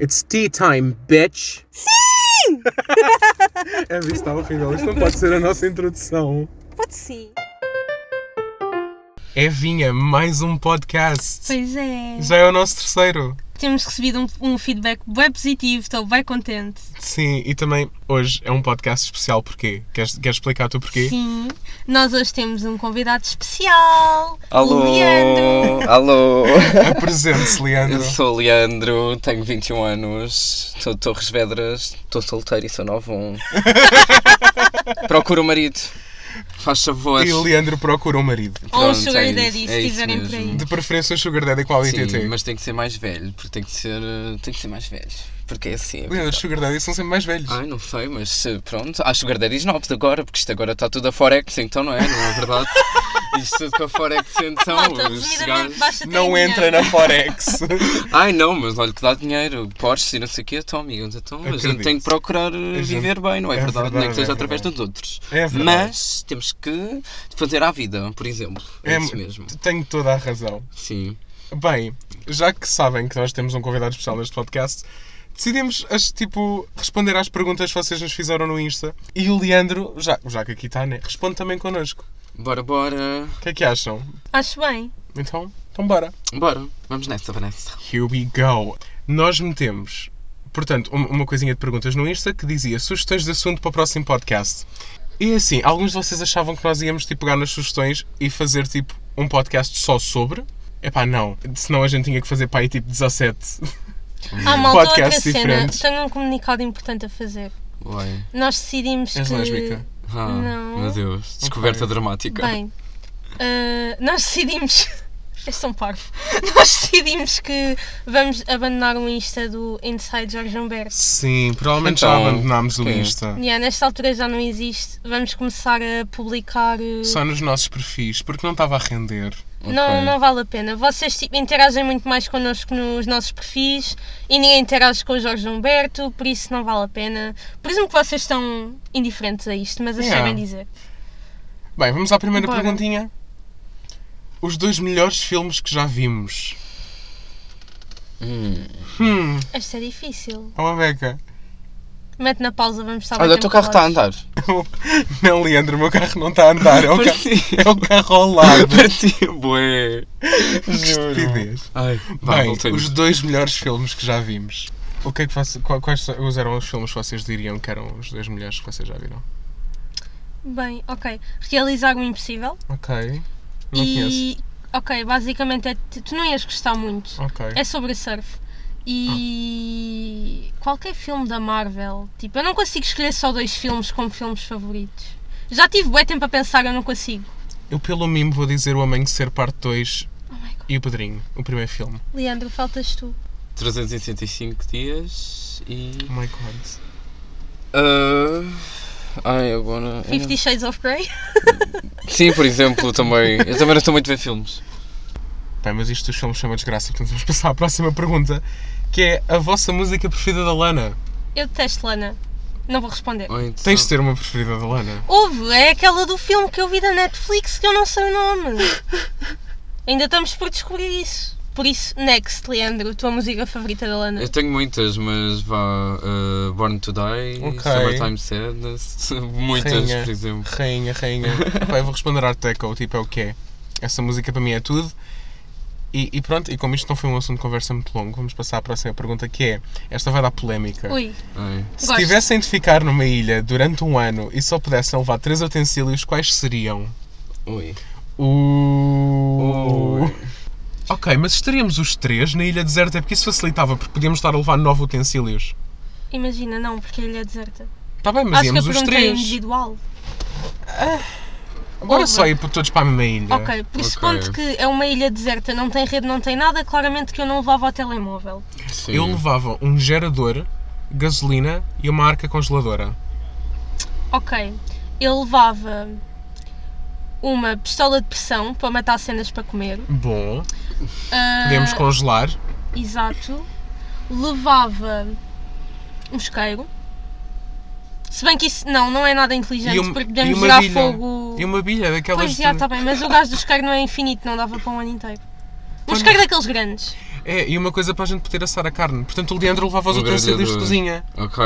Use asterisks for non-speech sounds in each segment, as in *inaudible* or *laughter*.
It's tea time, bitch! Sim! *laughs* É, isso tá horrível. Isto não pode ser a nossa introdução. Pode sim. É vinha, mais um podcast. Pois é. Já é o nosso terceiro. Temos recebido um, um feedback bem positivo, estou bem contente. Sim, e também hoje é um podcast especial porquê? Queres, queres explicar tu porquê? Sim. Nós hoje temos um convidado especial. O Alô, Leandro. alô, Apresente-se, Leandro. eu sou o Leandro, tenho 21 anos, sou de Torres Vedras, estou solteiro e sou novo. *laughs* Procuro o marido, faz favor. E Leandro procura um marido. Ou um Pronto, Sugar é Daddy, isso, se é isso tiverem por aí. mesmo. De preferência, Sugar Daddy Quality Sim, T. mas tem que ser mais velho, porque tem que ser, eh, tem que ser mais velho, porque é assim. é Leandro, os verdade. Sugar Daddy são sempre mais velhos. Ai, não sei, mas eh, pronto, há Sugar Daddy Snobs agora, porque isto agora está tudo a Forex, então não é, não *laughs* é verdade? Isto tudo com a Forex, então. Malta, os resumidamente, gajos- basta ter não dinheiro. entra na Forex. Ai não, mas olha que dá dinheiro, Porsche e não sei o quê, então amigos, então a gente Acredito. tem que procurar eh, gente- viver bem, não é, é verdade? verdade, Nem que é seja através verdade. dos outros. É verdade. Mas temos que fazer à vida, por exemplo. *laughs* É, isso mesmo. Tenho toda a razão. Sim. Bem, já que sabem que nós temos um convidado especial neste podcast, decidimos as- tipo, responder às perguntas que vocês nos fizeram no Insta. E o Leandro, já, já que aqui está, né, responde também connosco. Bora, bora. O que é que acham? Acho bem. Então, então bora. Bora. Vamos nessa, Vanessa. Here we go. Nós metemos, portanto, um- uma coisinha de perguntas no Insta que dizia sugestões de assunto para o próximo podcast. E assim, alguns de vocês achavam que nós íamos tipo, pegar nas sugestões e fazer tipo um podcast só sobre. Epá, não. Senão a gente tinha que fazer para aí tipo 17. Ah, malta, outra Podcasts cena. diferentes. Tenho um comunicado importante a fazer. Oi. Nós decidimos És que... lésbica? Ah, Não. meu Deus. Descoberta Ok. dramática. Bem, ah, nós decidimos. *laughs* Este são parvo. Nós decidimos que vamos abandonar o Insta do Inside Jorge Humberto. Sim, provavelmente já Então, abandonámos o sim. Insta. Yeah, nesta altura já não existe. Vamos começar a publicar. ah, Só nos nossos perfis, porque não estava a render. Ok. Não, não vale a pena. Vocês tipo, interagem muito mais connosco nos nossos perfis e ninguém interage com o Jorge Humberto, por isso não vale a pena. Presumo que vocês estão indiferentes a isto, mas achei Yeah. bem dizer. Bem, vamos à primeira Bora. perguntinha. Os dois melhores filmes que já vimos. Hum. Hum, Esta é difícil. ó oh, beca. Mete na pausa, vamos estar Olha, o teu carro está a tá. *laughs* andar. Não, Leandro, o meu carro não está a andar. É o, ca... Parecia. *laughs* é o carro ao *laughs* lado. Parecia, bué. Que estupidez. Ai, vai, Bem, voltei. os dois melhores filmes que já vimos. O que é que faço? qua- Quais eram os filmes que vocês diriam que eram os dois melhores que vocês já viram? Bem, ok. Realizar o impossível. Ok. Não e, ok, basicamente é. Tu tu não ias gostar muito. conheço. Ok. É sobre surf. E. qualquer filme da Marvel. Tipo, eu não consigo escolher só dois filmes como filmes favoritos. Já tive bué tempo a pensar, eu não consigo. Eu, pelo mimo, vou dizer O Amanhecer Parte 2 Oh my god. e O Pedrinho, o primeiro filme. Leandro, faltas tu. 365 dias e. Oh my god. Ah, ai, agora. É Fifty Shades of Grey? Sim, por exemplo, também. Eu também não estou muito a ver filmes. Bem, mas isto dos filmes chama desgraça, portanto vamos *laughs* passar à próxima pergunta, que é a vossa música preferida da Lana. Eu detesto Lana. Não vou responder. Ou então- Tens de ter uma preferida da Lana. Houve, é aquela do filme que eu vi da Netflix que eu não sei o *laughs* nome. Ainda estamos por descobrir isso. Por isso, next, Leandro, tua música favorita da Lana. Eu tenho muitas, mas vá. ah, Born to Die, Ok. é. Summertime Sadness, *laughs* muitas, Rainha. por exemplo. Rainha, rainha. Bem, eu vou responder à Art Deco, tipo, é o que é. Essa música para mim é tudo. E, e pronto, e como isto não foi um assunto de conversa muito longo, vamos passar à próxima pergunta, que é... Esta vai dar polémica. Ui, Ai. Se gosto. tivessem de ficar numa ilha durante um ano e só pudessem levar três utensílios, quais seriam? Ui. Uh... Ok, mas estaríamos os três na ilha deserta é porque isso facilitava, porque podíamos estar a levar nove utensílios. Imagina, não, porque a ilha é deserta. Está bem, mas Acho que a íamos os pergunta é três. individual. Agora Ouve. só ir por- todos para a mesma ilha. Ok, pressupondo Ok. que é uma ilha deserta, não tem rede, não tem nada, claramente que eu não levava o telemóvel. Sim. Eu levava um gerador, gasolina e uma arca congeladora. Ok, eu levava uma pistola de pressão para matar cenas para comer. Bom, Ah, podemos congelar. Exato. Levava um isqueiro. Se bem que isso não, não é nada inteligente, E um- porque e podemos uma jogar bilha. fogo. E uma bilha daquelas. Pois já tá de- está bem, mas o gás do isqueiro não é infinito, não dava para um ano inteiro. Um isqueiro daqueles grandes. É, e uma coisa para a gente poder assar a carne. Portanto, o Leandro levava os Um utensílios de grelhador. cozinha. Ok.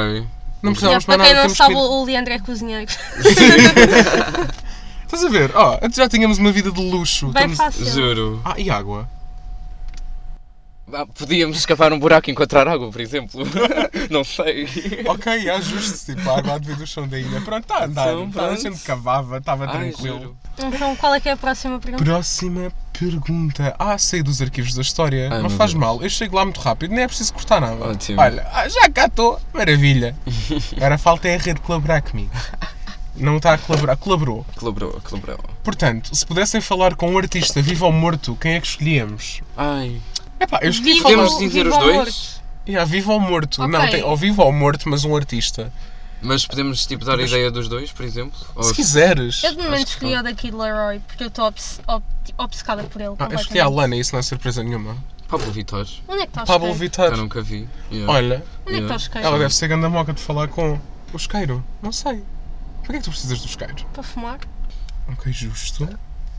Não Já, precisávamos para mais nada. quem não Temos sabe, que... ir- o Leandro é cozinheiro. *laughs* Estás a ver? Oh, antes já tínhamos uma vida de luxo. Bem Estamos- fácil. Juro. Ah, e água? Ah, Podíamos escavar um buraco e encontrar água, por exemplo. *laughs* não sei. Ok, há justo. Tipo, a água há de vir do chão da ilha. Pronto, está a andar. Então, Tá, a pronto. gente cavava, estava Ai, tranquilo. juro. Então, qual é que é a próxima pergunta? Próxima pergunta. Ah, saí dos arquivos da história. Ai, não meu faz Deus. mal. Eu chego lá muito rápido, nem é preciso cortar nada. Ótimo. Olha, ah, já cá estou. *laughs* Maravilha. Agora falta é a rede colaborar comigo. Não está a colaborar. Colaborou. Colaborou, colaborou. Portanto, se pudessem falar com um artista vivo ou morto, quem é que escolhíamos? Ai. Epá, eu escolhi Vivo- falar. Podemos dizer vivo os ou dois? morto? Yeah, vivo ou morto. Ok. Não, tem ou vivo ou morto, mas um artista. Mas podemos tipo dar a Mas- ideia dos dois, por exemplo? Ou- Se quiseres. Eu de Acho momento que escolhi não. o daqui de Leroy, porque eu estou obs ob obcecada por Ah, ele. eu escolhi completamente. a Lana, isso não é surpresa nenhuma. Pablo Vittar. que Onde é que está o Pablo isqueiro? Vittar. Eu nunca vi. Yeah. Olha, Onde é que está o isqueiro? ela deve ser grande moca de falar com o isqueiro. Não sei. Para que é que tu precisas do isqueiro? Para fumar? Ok, justo.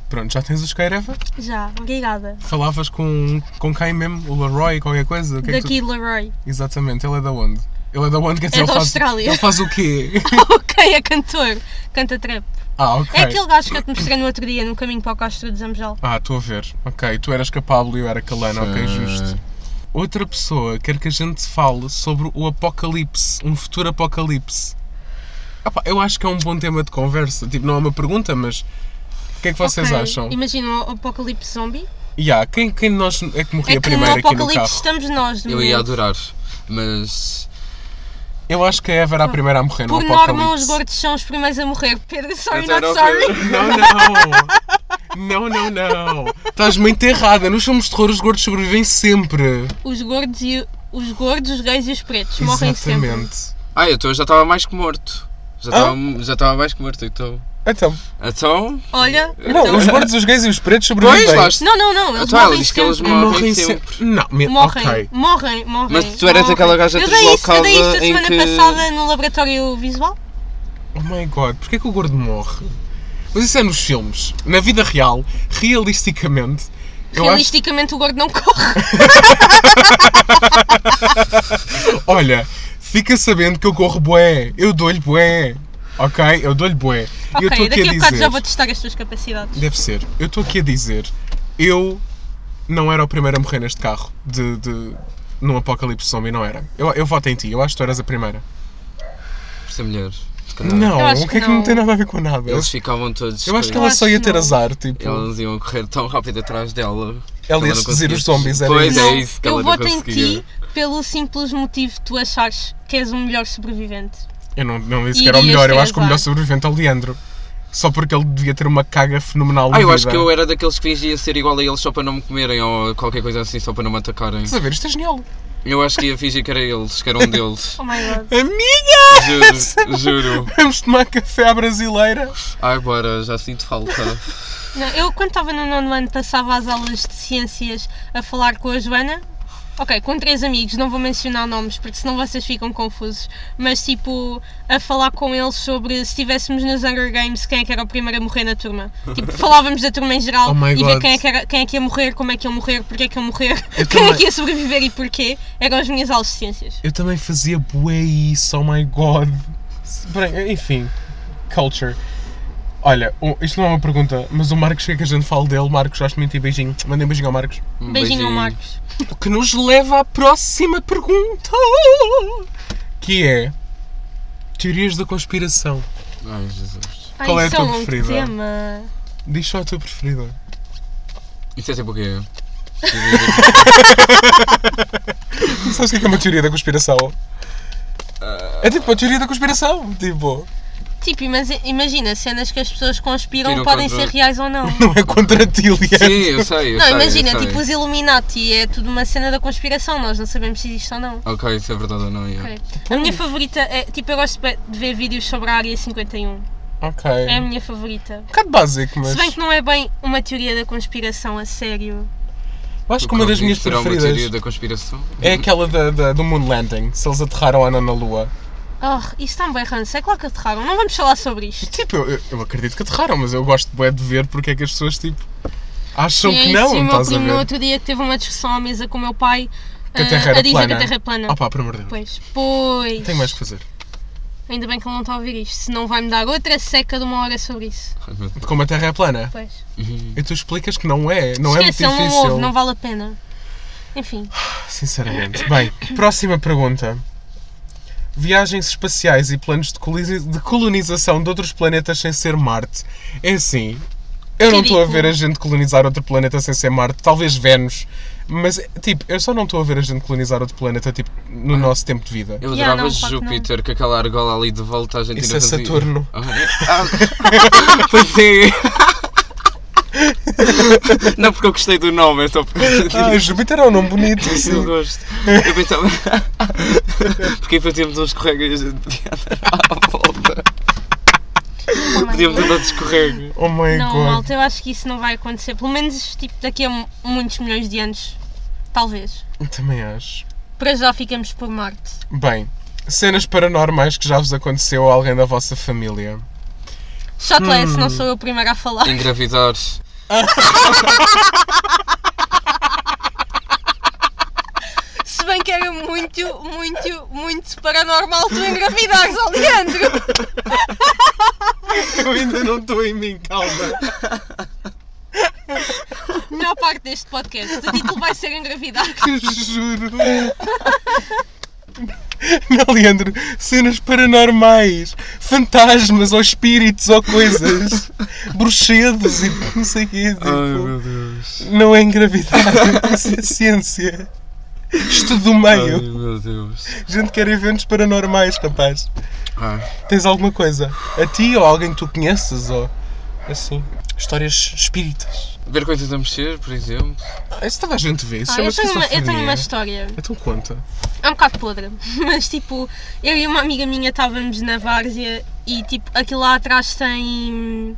Pronto, já tens o isqueiro, Eva? Já, obrigada. Falavas com, com quem mesmo? O Leroy, qualquer coisa? O que é que tu- Daqui de Leroy. Exatamente, ele é da onde? Ele é da onde, quer dizer, É ele da faz... Austrália. Ele faz o quê? *laughs* ok, é cantor. Canta trap. ah, ok. É aquele gajo que eu te mostrei no outro dia no caminho para o Castro de Zambojal. Ah, estou a ver. Ok, tu eras capablo e eu era calana, ok, Sim. justo. Outra pessoa quer que a gente fale sobre o apocalipse, um futuro apocalipse. Ah pá, eu acho que é um bom tema de conversa. Tipo, não é uma pergunta, mas o que é que vocês Ok, acham? E Imagina o apocalipse zombie. yeah, quem, quem de nós é que morria é que primeiro no aqui no apocalipse carro? estamos nós, no Eu ia momento. adorar, mas. Eu acho que a Eva era a primeira a morrer um Por no apocalipse. norma, os gordos são os primeiros a morrer. *laughs* Pedro, sorry, Mas not era o sorry. quê? Não, não! Não, não, não! Estás muito errada. Nos filmes de terror os gordos sobrevivem sempre. Os gordos, e, os gordos, os gays e os pretos morrem sempre. Exatamente. Ah, eu tô, já estava mais que morto. Já Ah? estava já estava mais que morto, então. Então, Então. Olha, não, os gordos, os gays e os pretos sobrevivem. Pois, lá está. não, não, não, eles Então, ela morrem diz que eles sempre. morrem Não, me... Morrem, ok. morrem, morrem. Mas tu eras morrem. aquela gaja eu dei isso, eu dei isso a deslocada em semana que- passada no laboratório visual. Oh my god, porquê que o gordo morre? Mas isso é nos filmes. Na vida real, realisticamente, eu acho. Realisticamente o gordo não corre. Olha, fica sabendo que eu corro bué. Eu dou-lhe bué. Ok? Eu dou-lhe bué. E eu estou ok, aqui daqui a a bocado dizer. já vou testar as tuas capacidades. Deve ser. Eu estou aqui a dizer. Eu não era o primeiro a morrer neste carro de. de... Num apocalipse zombie, não era. Eu, eu voto em ti, eu acho que tu eras a primeira. Por ser mulher. se calhar. Não, Eu acho o que é que que não não. tem nada a ver com nada? Eles ficavam todos. Eu acho que Eu ela só ia acho ter não. azar, tipo. Eles iam correr tão rápido atrás dela. Ela ia não seduzir conseguia os zombies, era Pois isso. é isso que eu ela não voto em conseguia. ti pelo simples motivo de tu achares que és o melhor sobrevivente. Eu não, não disse E que era o irias melhor, eu ter acho que o azar. melhor sobrevivente é o Leandro. Só porque ele devia ter uma caga fenomenal de Ah, eu acho vida. que eu era daqueles que fingia ser igual a eles só para não me comerem ou qualquer coisa assim, só para não me atacarem. Estás a ver? Isto é genial. Eu acho que ia fingir que era eles, que era *laughs* um deles. Oh my god. Amiga! Juro, juro. Vamos tomar café à brasileira. Ai, bora, já *laughs* sinto falta. Não, eu quando estava no nono ano passava as aulas de ciências a falar com a Joana. Ok, com três amigos, não vou mencionar nomes porque senão vocês ficam confusos. Mas tipo, a falar com eles sobre se estivéssemos nos Hunger Games, quem é que era o primeiro a morrer na turma. Tipo, *laughs* falávamos da turma em geral Oh my e God. ver quem é, que era- quem é que ia morrer, como é que ia morrer, porque é que ia morrer, Eu *laughs* quem é também- que ia sobreviver e porquê. Eram as minhas aulas de ciências. Eu também fazia bué isso, oh my god. Bem, Enfim, culture. Olha, o- isto não é uma pergunta, mas o Marcos quer que a gente fale dele. Marcos, gosto muito e beijinho. Mandem um beijinho ao Marcos. Um Beijinho ao Marcos. O que nos leva à próxima pergunta. Que é... Teorias da conspiração. Ai, Jesus. Qual é a isso tua um longo preferida? tema. Diz só a tua preferida. Isso é tipo o quê? Sabes o que é que é uma teoria da conspiração? É tipo uma teoria da conspiração. Tipo, Tipo, ima- imagina, cenas que as pessoas conspiram Tiram podem contra- ser reais ou não. não é contra ti, Sim, Leandro. eu sei, eu Não, sei. eu imagina, sei. tipo os Illuminati, é tudo uma cena da conspiração, nós não sabemos se existe ou não. Ok, isso é verdade ou não, yeah. Ok. A minha favorita é, tipo, eu gosto de de ver vídeos sobre a Área 51. Ok. É a É um minha favorita. bocado básico, mas Se bem que não é bem uma teoria da conspiração a sério. eu acho que uma das minhas Será uma teoria preferidas da conspiração? é aquela da, da- do Moon Landing, se eles aterraram a Ana na Lua. Oh, isso está bem ranço, é claro que aterraram, não vamos falar sobre isto. Tipo, eu, eu acredito que aterraram, mas eu gosto bué de ver porque é que as pessoas, tipo, Acham Sim, é que isso. E não, o meu estás a primo no ver? outro dia que teve uma discussão à mesa com o meu pai Que a eh, terra era a dizer plana. que a terra é plana. Opa, por amor de Deus. Pois, pois. Tenho mais que fazer. Ainda bem que ele não está a ouvir isto, senão vai-me dar outra seca de uma hora sobre isso. Como a Terra é plana. Pois. Uhum. E tu explicas que não é. Não Esquece, é ele muito não difícil. ouve, não vale a pena. *laughs* Enfim, Sinceramente. Bem, próxima pergunta. Viagens espaciais e planos de, coli- de colonização de outros planetas sem ser Marte. É assim, eu não estou a ver a gente colonizar outro planeta sem ser Marte, talvez Vênus, mas tipo, eu só não estou a ver a gente colonizar outro planeta tipo, no nosso tempo de vida. Eu Yeah, adorava não, claro que não. Júpiter com aquela argola ali de volta a gente Isso ainda é fazia- Saturno. *laughs* Ah, é? Pois *laughs* é, Ah, não porque eu gostei do nome, é só porque eu ah, Júpiter é um nome bonito. disse eu sim. gosto. Eu pensava. *laughs* porque aí fazíamos uns escorregas de piada *laughs* à volta. não vai. Podíamos andar de escorrega. Oh my Não, god. malta, eu acho que isso não vai acontecer. Pelo menos tipo, daqui a mu- muitos milhões de anos. Talvez. Também acho. Para já ficamos por Marte. Bem, cenas paranormais que já vos aconteceu a alguém da vossa família. Hum. Shotless, não sou eu a primeira a falar. *laughs* Engravidar. Se bem que era muito, muito, muito paranormal tu engravidares, Alejandro. *laughs* Eu ainda não estou em mim, calma. *laughs* Melhor parte deste podcast. O título vai ser engravidar. Eu juro. Não, Leandro, cenas paranormais, fantasmas ou espíritos ou coisas, bruxedos e não sei o quê. tipo, Deus. não é engravidar, *laughs* isso é ciência. Estudo do meio. meu Deus. Gente quer eventos paranormais, rapaz. Tens alguma coisa? A ti ou alguém que tu conheças? Ou assim? Histórias espíritas. Ver coisas a mexer, por exemplo. Ah, isso toda a gente vê, isso Ah, eu, chama-se tenho uma, eu tenho esquizofrenia. uma história. Então conta. É um bocado podre, *laughs* mas tipo, eu e uma amiga minha estávamos na várzea e tipo, aquilo lá atrás tem.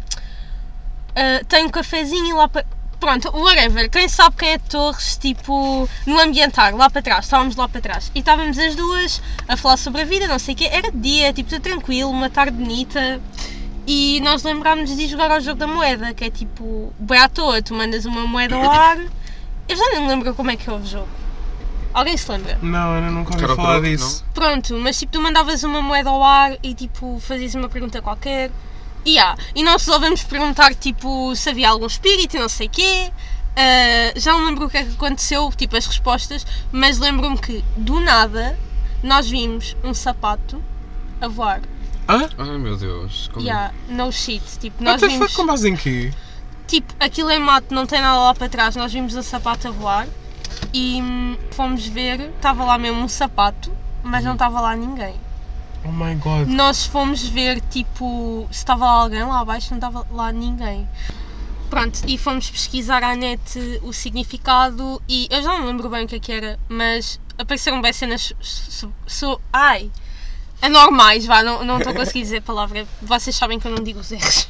ah, tem um cafezinho e lá para. Pronto, whatever. Quem sabe quem é de Torres, tipo, no ambientar, lá para trás, estávamos lá para trás. E estávamos as duas a falar sobre a vida, não sei o quê. Era de dia, tipo, tudo tranquilo, uma tarde bonita. E nós lembrámos de ir jogar ao jogo da moeda, que é tipo, bem à toa, tu mandas uma moeda ao ar. Eu já nem me lembro como é que é o jogo. Alguém se lembra? Não, eu nunca ouvi Carol falar Carota, disso. Pronto, mas tipo, tu mandavas uma moeda ao ar e tipo, fazias uma pergunta qualquer. E há. E nós resolvemos perguntar tipo, se havia algum espírito e não sei quê. Ah, já não lembro o que é que aconteceu, tipo, as respostas, mas lembro-me que do nada nós vimos um sapato a voar. Ai meu Deus. Como... E é? há, no shit. What Tipo, nós the fuck, vimos. com base em quê? Tipo, aquilo é mato, não tem nada lá para trás, nós vimos um sapato a voar e hum, fomos ver, estava lá mesmo um sapato, mas não estava lá ninguém. Oh my god. Nós fomos ver, tipo, se estava lá alguém lá abaixo, não estava lá ninguém. Pronto, e fomos pesquisar à net o significado e eu já não me lembro bem o que é que era, mas apareceram bem cenas so, so- ai, anormais, vá, não não estou a conseguir dizer a palavra, vocês sabem que eu não digo os erros.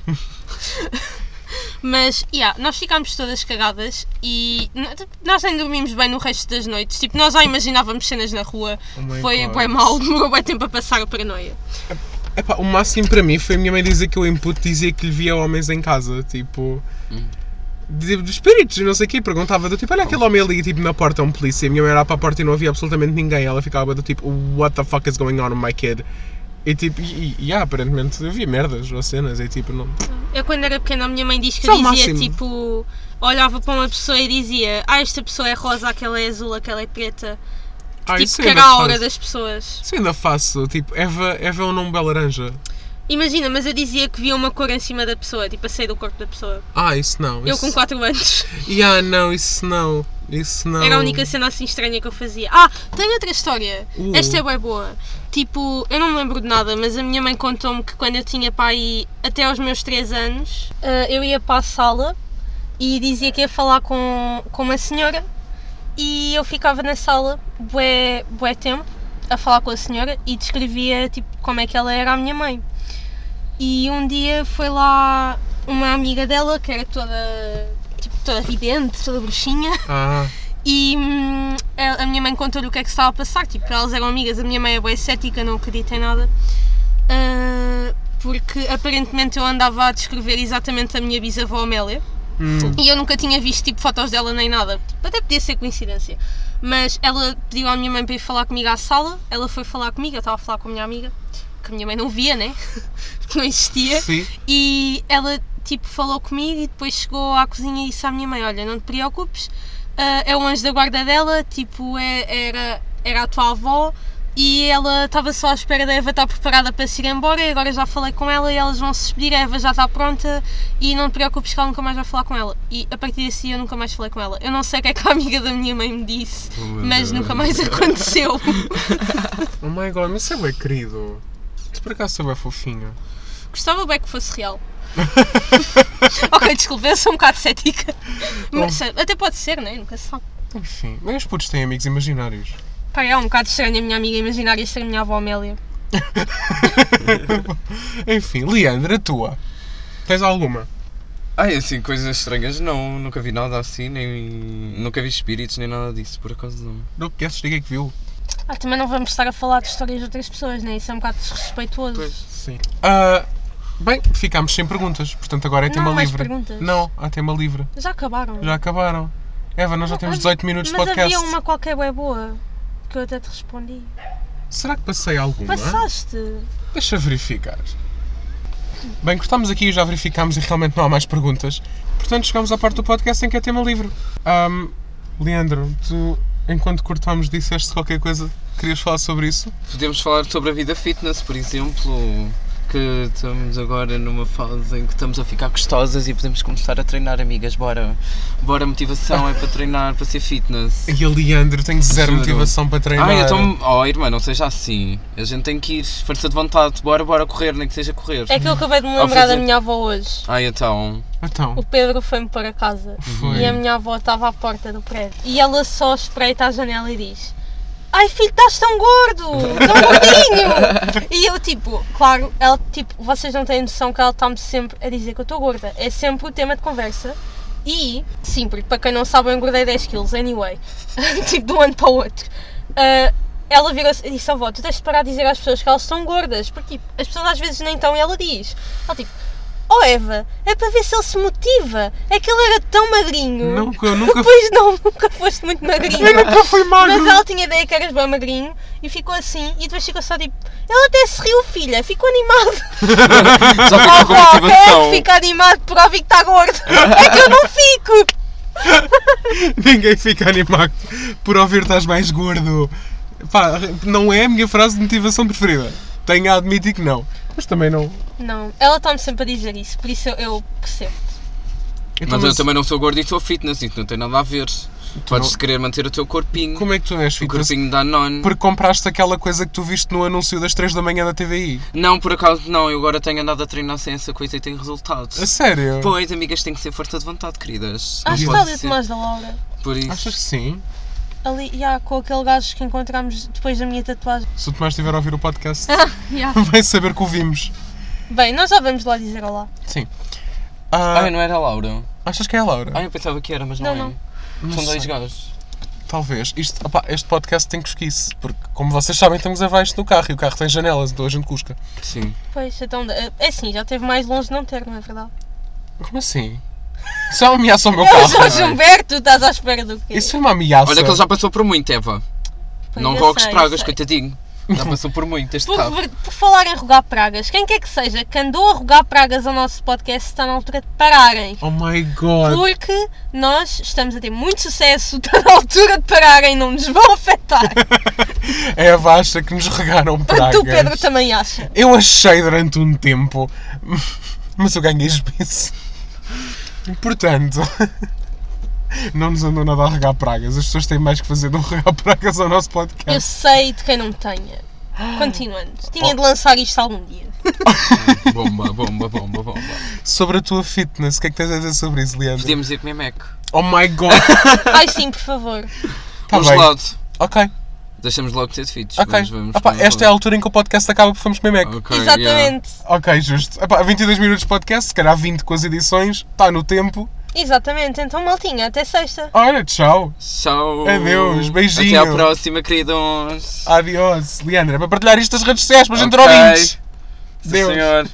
Mas, yeah, nós ficámos todas cagadas e n- nós nem dormimos bem no resto das noites. Tipo, nós já imaginávamos cenas na rua. Oh my Foi God. bem mal, demorou bem tempo a passar a paranoia. Epá, o máximo para mim foi a minha mãe dizer que o input dizia que lhe via homens em casa, tipo. De, de espíritos, não sei o quê, perguntava do tipo, olha aquele homem ali, tipo, na porta é um polícia. A minha mãe olhava para a porta e não havia absolutamente ninguém. Ela ficava do tipo, what the fuck is going on with my kid? E tipo, e, e, e, ah, aparentemente eu vi merdas ou cenas, e tipo, não. Eu quando era pequena a minha mãe diz Isso que é o dizia máximo. tipo, olhava para uma pessoa e dizia, ah esta pessoa é rosa, aquela é azul, aquela é preta. Ah, tipo, isso que ainda era a hora faço. das pessoas. Isso ainda faço, tipo, Eva, Eva é um nome bem laranja. Imagina, mas eu dizia que via uma cor em cima da pessoa, tipo a sair do corpo da pessoa. Ah, isso não. Eu isso... com 4 anos. E ah, não, isso não. Isso não. Era a única cena assim estranha que eu fazia. Ah, tenho outra história. Uh. Esta é bem boa. Tipo, eu não me lembro de nada, mas a minha mãe contou-me que quando eu tinha pai até aos meus 3 anos, ah, eu ia para a sala e dizia que ia falar com, com uma senhora e eu ficava na sala bué, bué tempo a falar com a senhora e descrevia tipo como é que ela era a minha mãe. E um dia foi lá uma amiga dela que era toda, tipo, toda vidente, toda bruxinha. Ah, E hum, a a minha mãe contou-lhe o que é que se estava a passar, tipo, elas eram amigas, a minha mãe é boa cética, não acredita em nada, Ah, porque aparentemente eu andava a descrever exatamente a minha bisavó Amélia, hum, E eu nunca tinha visto tipo fotos dela nem nada. Tipo, até podia ser coincidência. Mas ela pediu à minha mãe para ir falar comigo à sala. Ela foi falar comigo, eu estava a falar com a minha amiga, que a minha mãe não via, né? *laughs* Porque não existia. Sim. E ela tipo falou comigo e depois chegou à cozinha e disse à minha mãe: Olha, não te preocupes, ah, é o anjo da guarda dela, tipo, é- era, era a tua avó. E ela estava só à espera da Eva estar preparada para se ir embora. E agora já falei com ela e elas vão se despedir. A Eva já está pronta e não te preocupes que ela nunca mais vai falar com ela. E a partir desse dia eu nunca mais falei com ela. Eu não sei o que é que a amiga da minha mãe me disse, Oh, meu mas Deus. nunca *laughs* mais *laughs* aconteceu. Oh my god, mas você é bem querido. Tu por acaso sou bem fofinho. Gostava bem que fosse *laughs* real. ok, desculpa, eu sou um bocado cética. Mas, até pode ser, né? Nunca se sabe. Enfim, nem os putos têm amigos imaginários. *laughs* Pá, é um bocado estranho a minha amiga imaginária ser a minha avó Amélia. Enfim, Leandra, a tua. Tens alguma? Ai, assim, coisas estranhas não, nunca vi nada assim, nem. Nunca vi espíritos, nem nada disso, por acaso não. Não conheces ninguém que viu? Ah, também não vamos estar a falar de histórias de outras pessoas, né? Isso é um bocado desrespeituoso. Sim. Ah, bem, ficámos sem perguntas, portanto agora é Não tema há mais livre. perguntas? Não, há tema livre. Já acabaram. Já acabaram. Eva, nós já temos Mas- 18 minutos de Mas podcast. havia uma qualquer bué boa que eu até te respondi. Será que passei alguma? Passaste. Deixa verificar. Bem, cortámos aqui e já verificámos e realmente não há mais perguntas. Portanto, chegamos à parte do podcast em que é tema livre. Ahm, Leandro, tu, enquanto cortámos, disseste qualquer coisa? Querias falar sobre isso? Podemos falar sobre a vida fitness, por exemplo, que estamos agora numa fase em que estamos a ficar gostosas e podemos começar a treinar, amigas, bora. Bora, motivação é para treinar, para ser *laughs* fitness. E a Leandro tem zero Juro. motivação para treinar. Ai, então, oh irmã, não seja assim. A gente tem que ir, força de vontade, bora, bora correr, nem que seja correr. É que eu acabei de me Ah, Ao lembrar da fazer- minha avó hoje. Ai, então. Então, O Pedro foi-me para casa. foi. E a minha avó estava à porta do prédio. E ela só espreita a janela e diz: Ai filho, estás tão gordo! Tão gordinho! e eu, tipo, claro, ela, tipo, vocês não têm noção que ela está-me sempre a dizer que eu estou gorda. É sempre o tema de conversa. E, sim, porque para quem não sabe, eu engordei 10 quilos, anyway. *laughs* tipo, de um ano para o outro. Ah, ela virou-se e disse: Avó, tu tens de parar de dizer às pessoas que elas são gordas. Porque, tipo, as pessoas às vezes nem estão e ela diz. Ela, tipo, Oh Eva, é para ver se ele se motiva. É que ele era tão magrinho. Não, que eu *laughs* nunca Pois não, nunca foste muito magrinho. Eu nunca fui magro. Mas ela tinha ideia que eras bem magrinho e ficou assim. E depois ficou só tipo. Ela até se riu, filha, ficou animado. *laughs* Só fica *laughs* com Avó, quem é motivação. que fica animado por ouvir que está gordo? *laughs* É que eu não fico. Ninguém fica animado por ouvir estás mais gordo. Pá, não é a minha frase de motivação preferida. Tenho a admitir que não. Mas também não. Não, ela está-me sempre a dizer isso, por isso eu, eu percebo. Então, Então Mas eu também não sou gordo e sou fitness, isso não tem nada a ver. Podes querer manter o teu corpinho, Como é que tu és o fitness? corpinho da non. Porque compraste aquela coisa que tu viste no anúncio das 3 da manhã da TVI. Não, por acaso não, eu agora tenho andado a treinar sem essa coisa e tenho resultados. A sério? Pois, amigas, tem que ser força de vontade, queridas. Não Acho que pode Ah, está ali o ser. Tomás da Laura. Por isso. Achas que sim? Ali, já, com aquele gajo que encontramos depois da minha tatuagem. Se o Tomás estiver a ouvir o *laughs* podcast, Ah, *laughs* Já. vai saber que ouvimos. Bem, nós já vamos lá dizer olá. Sim. Ah, Ai, não era a Laura? achas que é a Laura? Ai, eu pensava que era, mas não, Não, é. Não São sei. dois gajos. Talvez. Isto, opá, este podcast tem cusquice, porque, como vocês sabem, estamos a isto no carro e o carro tem janelas, então a gente cusca. Sim. Pois, então, eh, é assim, já esteve mais longe de não ter, não é verdade? Como assim? *laughs* Isso é uma ameaça Ah, ao meu É o carro. Jorge Humberto, tu estás à espera do quê? Isso é uma ameaça. Olha que ele já passou por muito, Eva. Pois, não eu rogues sei, eu pragas, sei. coitadinho. Já passou por muito este Por, carro. ver- por falar em rogar pragas, quem quer que seja que andou a rogar pragas ao nosso podcast está na altura de pararem. Oh my god. Porque nós estamos a ter muito sucesso, está na altura de pararem, não nos vão *laughs* afetar. É a baixa que nos regaram pragas. Tu, Pedro, também acha. Eu achei durante um tempo, mas eu ganhei juízo. Portanto, não nos andam nada a regar pragas. As pessoas têm mais que fazer do que regar pragas ao nosso Eu podcast. sei de quem não tenha. Continuando, tinha de lançar isto algum dia. Bomba, bomba, *laughs* bomba, bomba. Sobre a tua fitness, o que é que tens a dizer sobre isso, Leandro? Podíamos ir comer Mac. Oh my god! Ai sim, por favor. Tá um bem. gelado. Ok, Deixamos logo de ser defeitos. ok. Opa, esta é a altura em que o podcast acaba porque fomos comer Mac. Exatamente. Ok, justo. Opa, 22 minutos de podcast, se calhar 20 com as edições, está no tempo. Exatamente. Então, maltinha, até sexta. Olha, tchau. Tchau. Adeus, beijinho. Ah, Até à próxima, queridos. Adiós. Leandro, é para partilhar isto nas redes sociais, para a gente ter Ok. ouvintes. Sim, Deus. senhor.